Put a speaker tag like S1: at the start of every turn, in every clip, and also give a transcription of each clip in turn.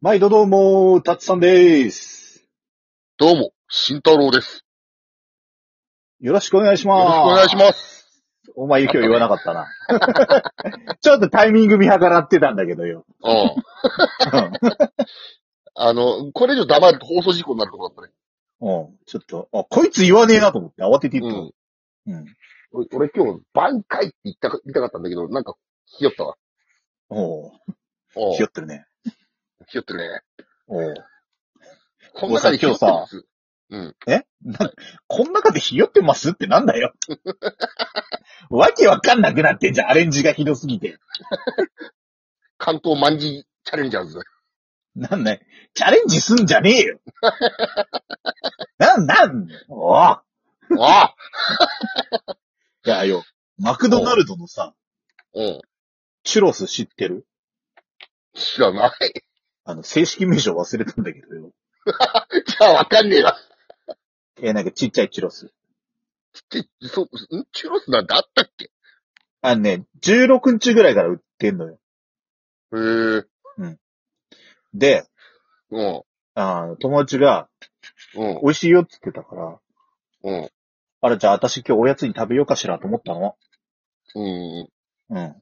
S1: 毎度どうも、たつさんです。
S2: どうも、慎太郎です。
S1: よろしくお願いし
S2: よ
S1: ます。
S2: ろしくお願いし ます。
S1: す。お前今日言わなかったな。 ちょっとタイミング見計らってたんだけどよ。
S2: うん。あの、これ以上黙ると放送事故になるとこだったね。
S1: うん。ちょっと、あ、こいつ言わねえなと思って慌てて言った。うん。
S2: 俺俺今日、挽回って言ったか、言いたかったんだけど、なんか、ひよったわ。
S1: おう
S2: おう
S1: ひよってるね。
S2: ひよってるね。
S1: おう
S2: こんな感じ
S1: 俺さ今日
S2: さ、
S1: えな、こん中でひよってますってなんだよ。 わけわかんなくなってんじゃん、アレンジがひどすぎて。
S2: 関東万事チャレンジャーズ。
S1: なんだよ。チャレンジすんじゃねえよ。 なん、なんおう
S2: ああ
S1: いや、よ、マクドナルドのさ、
S2: うん。
S1: チュロス知ってる
S2: 知らない。
S1: あの、正式名称忘れたんだけどよ。
S2: じゃあわかんねえな。
S1: え、なんかちっちゃいチュロス。
S2: ち、そ、んチュロスなんてあったっけへ
S1: あのね、16日ぐらいから売ってんのよ。
S2: え。うん。
S1: で、
S2: うん。
S1: あの友達が
S2: うん。
S1: 美味しいよって言ってたから、
S2: うん。
S1: あれじゃあ私今日おやつに食べようかしらと思ったの。
S2: うん。
S1: うん。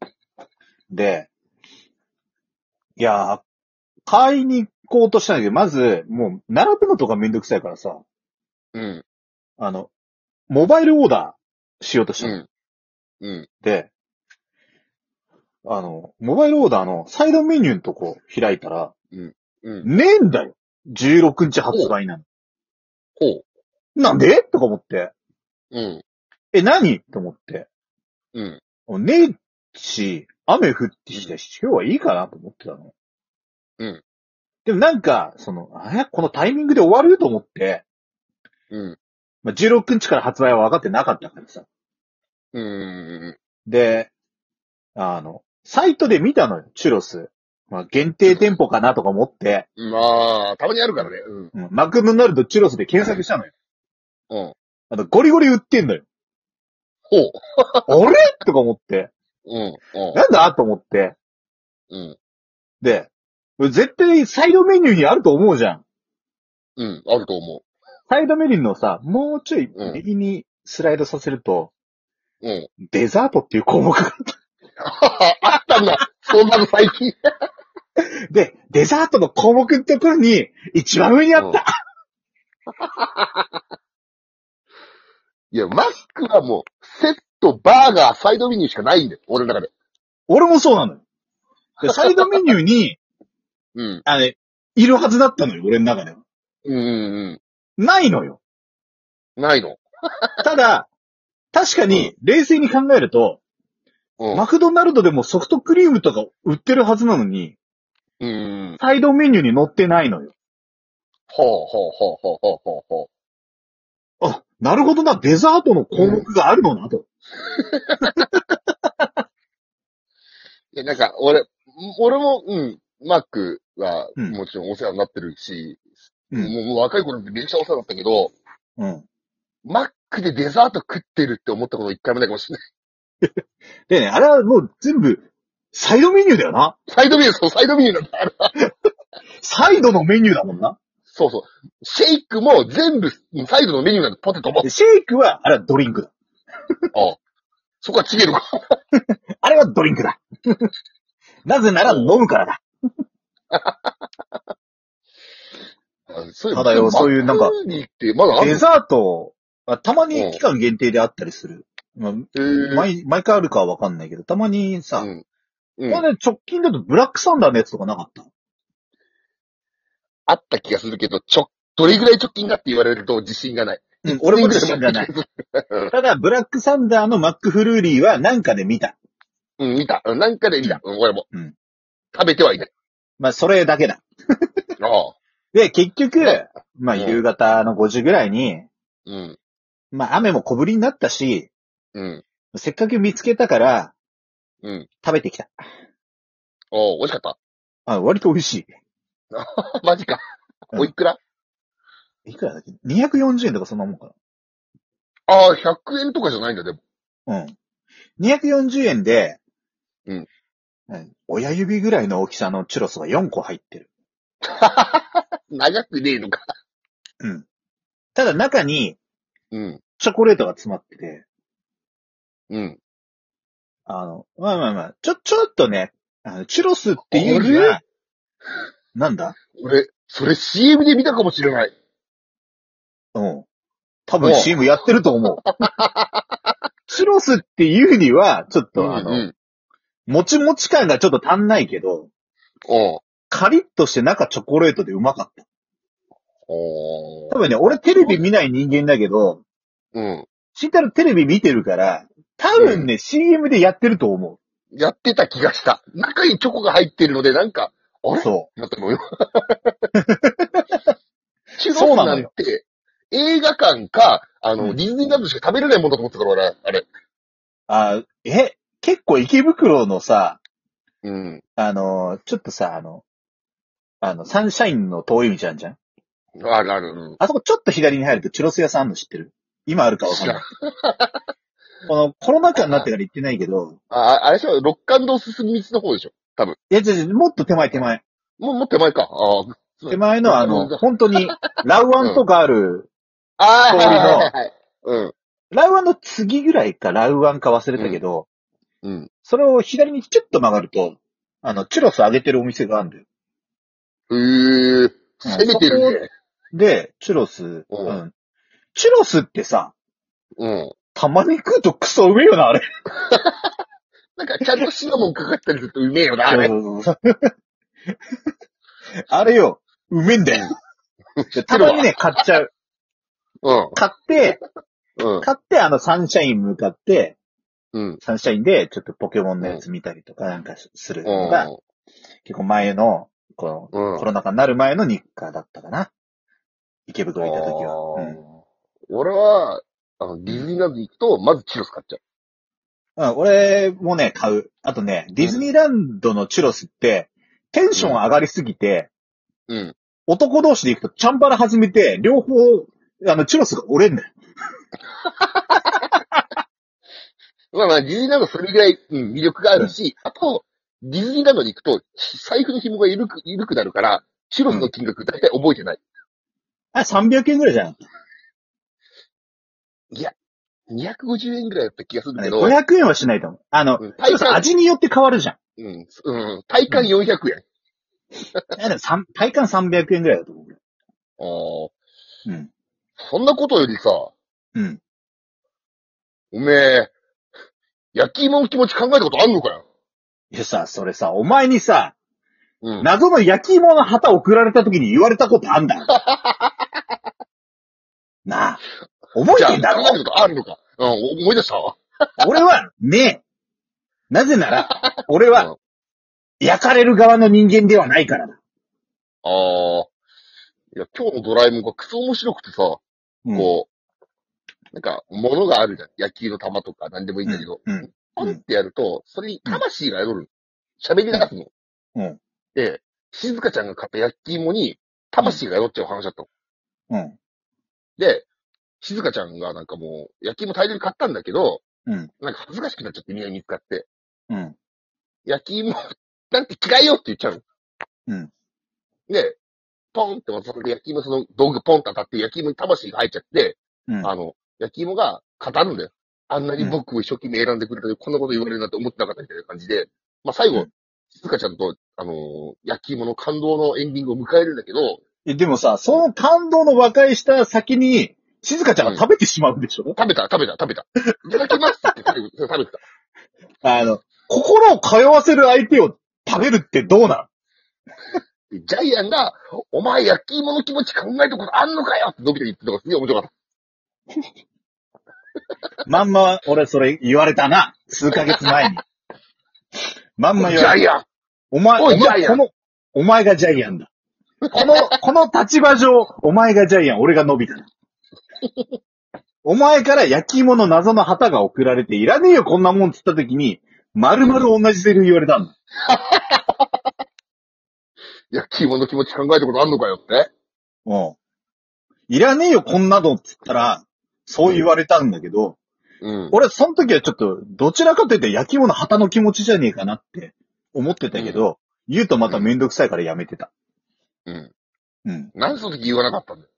S1: で、いやー、買いに行こうとしたんだけど、まず、もう、並ぶのとかめんどくさいからさ、
S2: うん。
S1: あの、モバイルオーダーしようとしたの。
S2: うん。
S1: で、あの、モバイルオーダーのサイドメニューのとこ開いたら、
S2: うん。
S1: ねえんだよ !16 日発売なの。
S2: ほう。
S1: なんでとか思って。
S2: うん。
S1: え、何と思って。
S2: うん。
S1: ねえし、雨降ってきたし、今日はいいかなと思ってたの。
S2: うん。
S1: でもなんか、その、えこのタイミングで終わると思って、
S2: うん。
S1: まあ、16日から発売は分かってなかったからさ。
S2: うん。
S1: で、あの、サイトで見たのよ、チュロス。まあ、限定店舗かなとか思って、
S2: まあ、たまにあるからね。うん。
S1: うんマクドナルドチュロスで検索したのよ。
S2: うん。
S1: あの、ゴリゴリ売ってんのよ。
S2: ほう。
S1: あれとか思って。
S2: うん。
S1: なんだと思って。
S2: うん。
S1: で、絶対サイドメニューにあると思うじゃん。
S2: うん。あると思
S1: サイドメニューのさ、もうちょい
S2: うん
S1: 右にスライドさせると、
S2: う。うん。
S1: デザートっていう項目が。
S2: あったんだ。そんなの最近。
S1: で、デザートの項目のところに、一番上にあった。
S2: いや、マックはもう、セット、バーガー、サイドメニューしかないんだよ。俺の中で。
S1: 俺もそうなのよ。で、サイドメニュー に、
S2: うん。
S1: あれ、いるはずだったのよ、俺の中では。
S2: うんうん
S1: ないのよ。
S2: うん。ないの。
S1: ただ、確かに、冷静に考えると、
S2: うん。
S1: マクドナルドでもソフトクリームとか売ってるはずなのに、
S2: うんうん。
S1: サイドメニューに載ってないのよ。
S2: ほうほうほうほうほうほうほう。
S1: あ、なるほどな、デザートの項目があるのなと。
S2: いや、なんか、俺、俺も、うん、マックは、
S1: うん
S2: もちろんお世話になってるし、
S1: うん
S2: もうもう若い頃ってめっちゃお世話だったけど、
S1: うん。
S2: マックでデザート食ってるって思ったこと一回もないかもしれない。
S1: でね、あれはもう全部、サイドメニューだよな。
S2: サイドメニュー、そう、サイドメニューなんだ。あれ
S1: サイドのメニューだもんな。
S2: そうそう。シェイクも全部、サイドのメニューなんだ、ポテトも。
S1: でシェイクは、あれはドリンクだ。
S2: そこは違えのか。
S1: あれはドリンクだ。 なぜなら飲むからだ。
S2: そう
S1: ただよそういうなんか
S2: マクーニってまだある
S1: デ
S2: の
S1: ザート、あたまに期間限定であったりする。まあ
S2: へー
S1: 毎、毎回あるかはわかんないけど、たまにさ、
S2: うん。うん
S1: まあね、直近だとブラックサンダーのやつとかなかった
S2: あった気がするけど、ちょ、どれぐらい直近かって言われると自信がない。
S1: うん、俺も自信が ない。ただ、ブラックサンダーのマックフルーリーはなんかで見た。
S2: うん、見た。うんなんかで見た。うん、俺も。
S1: うん
S2: 食べてはいない。
S1: まあ、それだけだ。
S2: ああ。
S1: で、結局、まあ、
S2: うん
S1: 夕方の5時ぐらいに、
S2: うん。
S1: まあ、雨も小降りになったし、
S2: うん。
S1: せっかく見つけたから、
S2: うん。
S1: 食べてきた。
S2: おう美味しかっ
S1: あ、割と美味しい。
S2: た。 マジか。
S1: うん
S2: おいくら
S1: いくらだっけ ?240 円とかそんなもんか
S2: ああ、100円とかじゃないんだ、でも。
S1: な。うん。240円で、
S2: うん
S1: うん。親指ぐらいの大きさのチュロスが4個入ってる。
S2: 長くねえのか。
S1: うん。ただ中に
S2: うん。
S1: チョコレートが詰まってて、
S2: うん。
S1: あの、まあまあまあ、ちょ、ちょっとね、あのチュロスっていうには、なんだ
S2: 俺、それ CM で見たかもしれない。
S1: うん。多分 CM やってると 思う。チュロスっていうには、ちょっとあの、
S2: うん。
S1: もちもち感がちょっと足んないけど、
S2: おう
S1: カリッとして中チョコレートでうまかった。
S2: お
S1: 多分ね、俺テレビ見ない人間だけど、
S2: うん。
S1: 慎太郎テレビ見てるから、多分ね、CM でやってると思
S2: やってた気がした。中にチョコが入ってるので、なんか、あ
S1: う。
S2: れ
S1: そ
S2: なったの よ。チュロス
S1: そうな
S2: な
S1: の
S2: ん
S1: よ
S2: て、映画館か、あの、
S1: うん
S2: ディズニーランドしか食べれないもんだと思ってたから、俺、あれ。
S1: う。あ、え、結構池袋のさ、
S2: うん。
S1: あの、ちょっとさ、あの、あの、サンシャインの遠い道あるじゃん
S2: あるある。うん
S1: あそこちょっと左に入るとチュロス屋さんあるの知ってる今あるかわかんない。この、コロナ禍になってから行ってないけど、
S2: あ、あれでしょ、六冠堂進み道の方でしょ。
S1: いや、じゃじゃもっと手前手前。
S2: もう、もっと前か。あー
S1: 手前のあ
S2: うん
S1: の、本当に、ラウアンとかある、
S2: あー、はいはいはいはい。うん。
S1: ラウアンの次ぐらいかラウアンか忘れたけど、
S2: うん。
S1: それを左にちょっと曲がると、あの、チュロス上げてるお店があるんだよ。
S2: へえー、攻めてるね。
S1: で、チュロス、
S2: う
S1: うんん。チュロスってさ、
S2: うん。
S1: たまに食うとクソうめえよな、あれ。
S2: なんか、ちゃんとシナモンかかったりするとうめえよな、あれ。
S1: そうそうそうそうあれよ、うめえんだよ。でたまにね、買っちゃう。
S2: うん。
S1: 買って、
S2: うん。
S1: 買って、あの、サンシャイン向かって、
S2: うん。
S1: サンシャインで、ちょっとポケモンのやつ見たりとかなんかするのが、
S2: う
S1: 結構前の、こ
S2: ん。
S1: の、
S2: うん
S1: コロナ禍になる前の日課だったかな。池袋行った時
S2: あー
S1: は。
S2: 俺は、あの、ディズニーランド行くと、まずチュロス買っちゃ
S1: うん、俺もね、買う。あとね、ディズニーランドのチュロスって、テンション上がりすぎて、
S2: う。うん。
S1: 男同士で行くとチャンバラ始めて、両方、あの、チュロスが折れんのよ。
S2: まあまあ、ディズニーランドそれぐらい、うん、魅力があるし、あと、ディズニーランドに行くと、財布の紐が緩く、緩くなるから、チュロスの金額大体覚えてない。
S1: あ、300円ぐらいじゃん。
S2: 250円ぐらいだった気がするんだけど、
S1: 500円はしないと思う。あの、
S2: うん
S1: チュ
S2: 体
S1: ロス
S2: 感、
S1: 味によって変わるじゃん。
S2: うん、うん、体感400円。
S1: あでもさん体感300円ぐらいだと思う。
S2: ああ、
S1: うん。
S2: そんなことよりさ、
S1: うん。
S2: おめえ、焼き芋の気持ち考えたことあんのかよ。
S1: いやさ、それさ、お前にさ、
S2: うん。
S1: 謎の焼き芋の旗送られた時に言われたことあん だ。なあ、覚
S2: じ
S1: え
S2: ゃ
S1: て
S2: あ、考え
S1: んだろ
S2: たことあるのか。うん、思い出したわ。
S1: 俺は、ねえ。なぜな ら、俺は、焼かれる側の人間ではないからだ。
S2: ああ。いや、今日のドラえもんがクソ面白くてさ、
S1: うん
S2: こう、なんか、物があるじゃん。野球の玉とか何でもいいんだけど、
S1: うん。
S2: ポ
S1: うん
S2: ンってやると、それに魂が宿る。喋り出すの。
S1: うん。
S2: で、静香ちゃんが買った焼き芋に、魂が宿っちゃう話だったの。
S1: うん。
S2: で、静香ちゃんがなんかもう、焼き芋大量に買ったんだけど、
S1: うん
S2: なんか恥ずかしくなっちゃってみんなに見つかって、
S1: うん。
S2: 焼き芋、 なんて嫌いよって言っちゃうの。
S1: うん。
S2: で、ポンって渡されて焼き芋その道具ポンって当たって焼き芋に魂が入っちゃって、
S1: うん。
S2: あの、焼き芋が語るんだよ。あんなに僕を一生懸命選んでくれたのにこんなこと言われるなんて思ってなかったみたいな感じで、まあ最
S1: う
S2: 後
S1: ん、
S2: 静香ちゃんと、あのー焼き芋の感動のエンディングを迎えるんだけど、
S1: えでもさ、その感動の和解した先に、静香ちゃんが食べてしまうんでしょ、
S2: 食べた、食べた、食べた。いただきますって言って食べ食べて た。
S1: あの、心を通わせる相手を食べるってどうなん
S2: でジャイアンが、お前焼き芋の気持ち考えたことあんのかよって伸びて言ってたのがすげえ面白かっ
S1: まんまは、俺それ言われたな。数ヶ月前に。まんま
S2: た。ジ
S1: 言わ
S2: ャ
S1: れた。
S2: イアン
S1: お前、
S2: おい
S1: お前
S2: ジャイア
S1: こ
S2: ン
S1: の、お前がジャイアンだ。この、この立場上、お前がジャイアン、俺が伸びた。 お前から焼き芋の謎の旗が送られて、いらねえよ、こんなもんっつった時に、丸々同じセリフ言われたんだ。
S2: 焼き芋の気持ち考えたことあんのかよって。
S1: うん。いらねえよ、こんなのっつったら、そう言われたんだけど、
S2: うん。
S1: 俺、その時はちょっと、どちらかというと焼き物旗の気持ちじゃねえかなって思ってたけど、言うとまためんどくさいからやめてた。
S2: うん。
S1: うん。
S2: なんでその時言わなかったんだよ。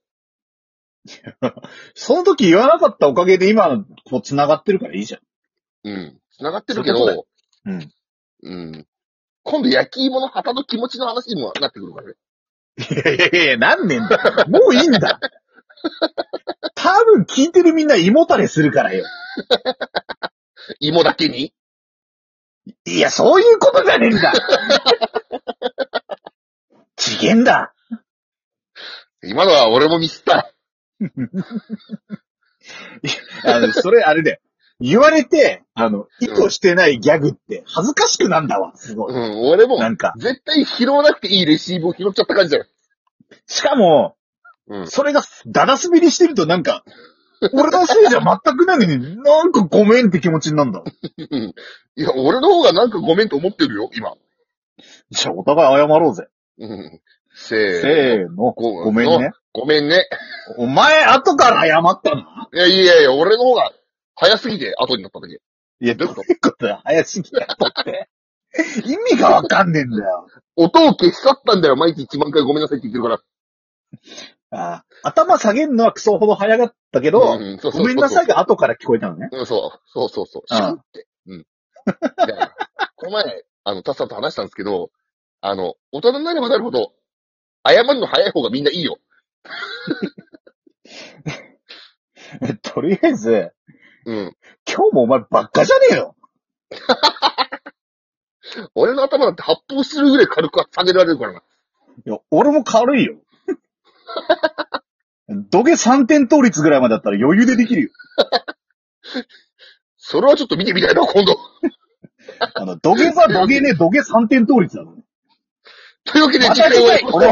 S1: その時言わなかったおかげで今、こう繋がってるからいいじゃん。
S2: うん。繋がってるけ
S1: そういう
S2: ど、
S1: うん。
S2: うん。今度焼き芋の旗の気持ちの話にもなってくるからね。
S1: いやいやいやいや、何年だ。もういいんだ。多分聞いてるみんな胃もたれするからよ。
S2: 芋だけに
S1: いや、そういうことじゃねえんだ。ちげんだ。
S2: 今のは俺もミスった。
S1: あの、それあれだよ。言われて、あの、意図してないギャグって恥ずかしくなんだわ。すご
S2: う
S1: い。
S2: ん、俺も、
S1: なんか。
S2: 絶対拾わなくていいレシーブを拾っちゃった感じだよ。
S1: しかも、
S2: うん。
S1: それがダダ滑りしてるとなんか、俺のせいじゃ全くないのに、なんかごめんって気持ちになるんだ。
S2: うんいや、俺の方がなんかごめんと思ってるよ、今。
S1: じゃあお互い謝ろうぜ。
S2: うん。せー
S1: せーの。
S2: ご
S1: ごめんね。
S2: ごめんね。
S1: お前、後から謝ったの
S2: いや、いやいや、俺の方が早すぎて後になっただけ。
S1: いや、ど
S2: ど
S1: う
S2: う
S1: い
S2: いうう
S1: ことだ早すぎだよ、だって。意味がわかんねえんだよ。
S2: 音を消し去ったんだよ、毎日1万回ごめんなさいって言ってるから。
S1: ああ頭下げるのはクソほど早かったけど、
S2: ん、そう
S1: ごめんなさいが後から聞こえたのね。
S2: うん、そう、そうそうそう。
S1: うん
S2: シュンって。うん。 だからこの前、あの、タスさんと話したんですけど、あの、大人になればなるほど、謝るの早い方がみんないいよ。
S1: とりあえず、
S2: うん。
S1: 今日もお前ばっかじゃねえよ。
S2: 俺の頭なんて発泡するぐらい軽く下げられるからな。
S1: いや、俺も軽いよ。 土下3点倒立ぐらいまでだったら余裕でできるよ。
S2: それはちょっと見てみたいな、今度。
S1: あの、土下座、土下ね、土下3点倒立だろ。
S2: というわけで、
S1: ま
S2: 次
S1: た
S2: 回
S1: 次
S2: お会
S1: 回
S2: いしまし
S1: お願いし
S2: ょう
S1: ます。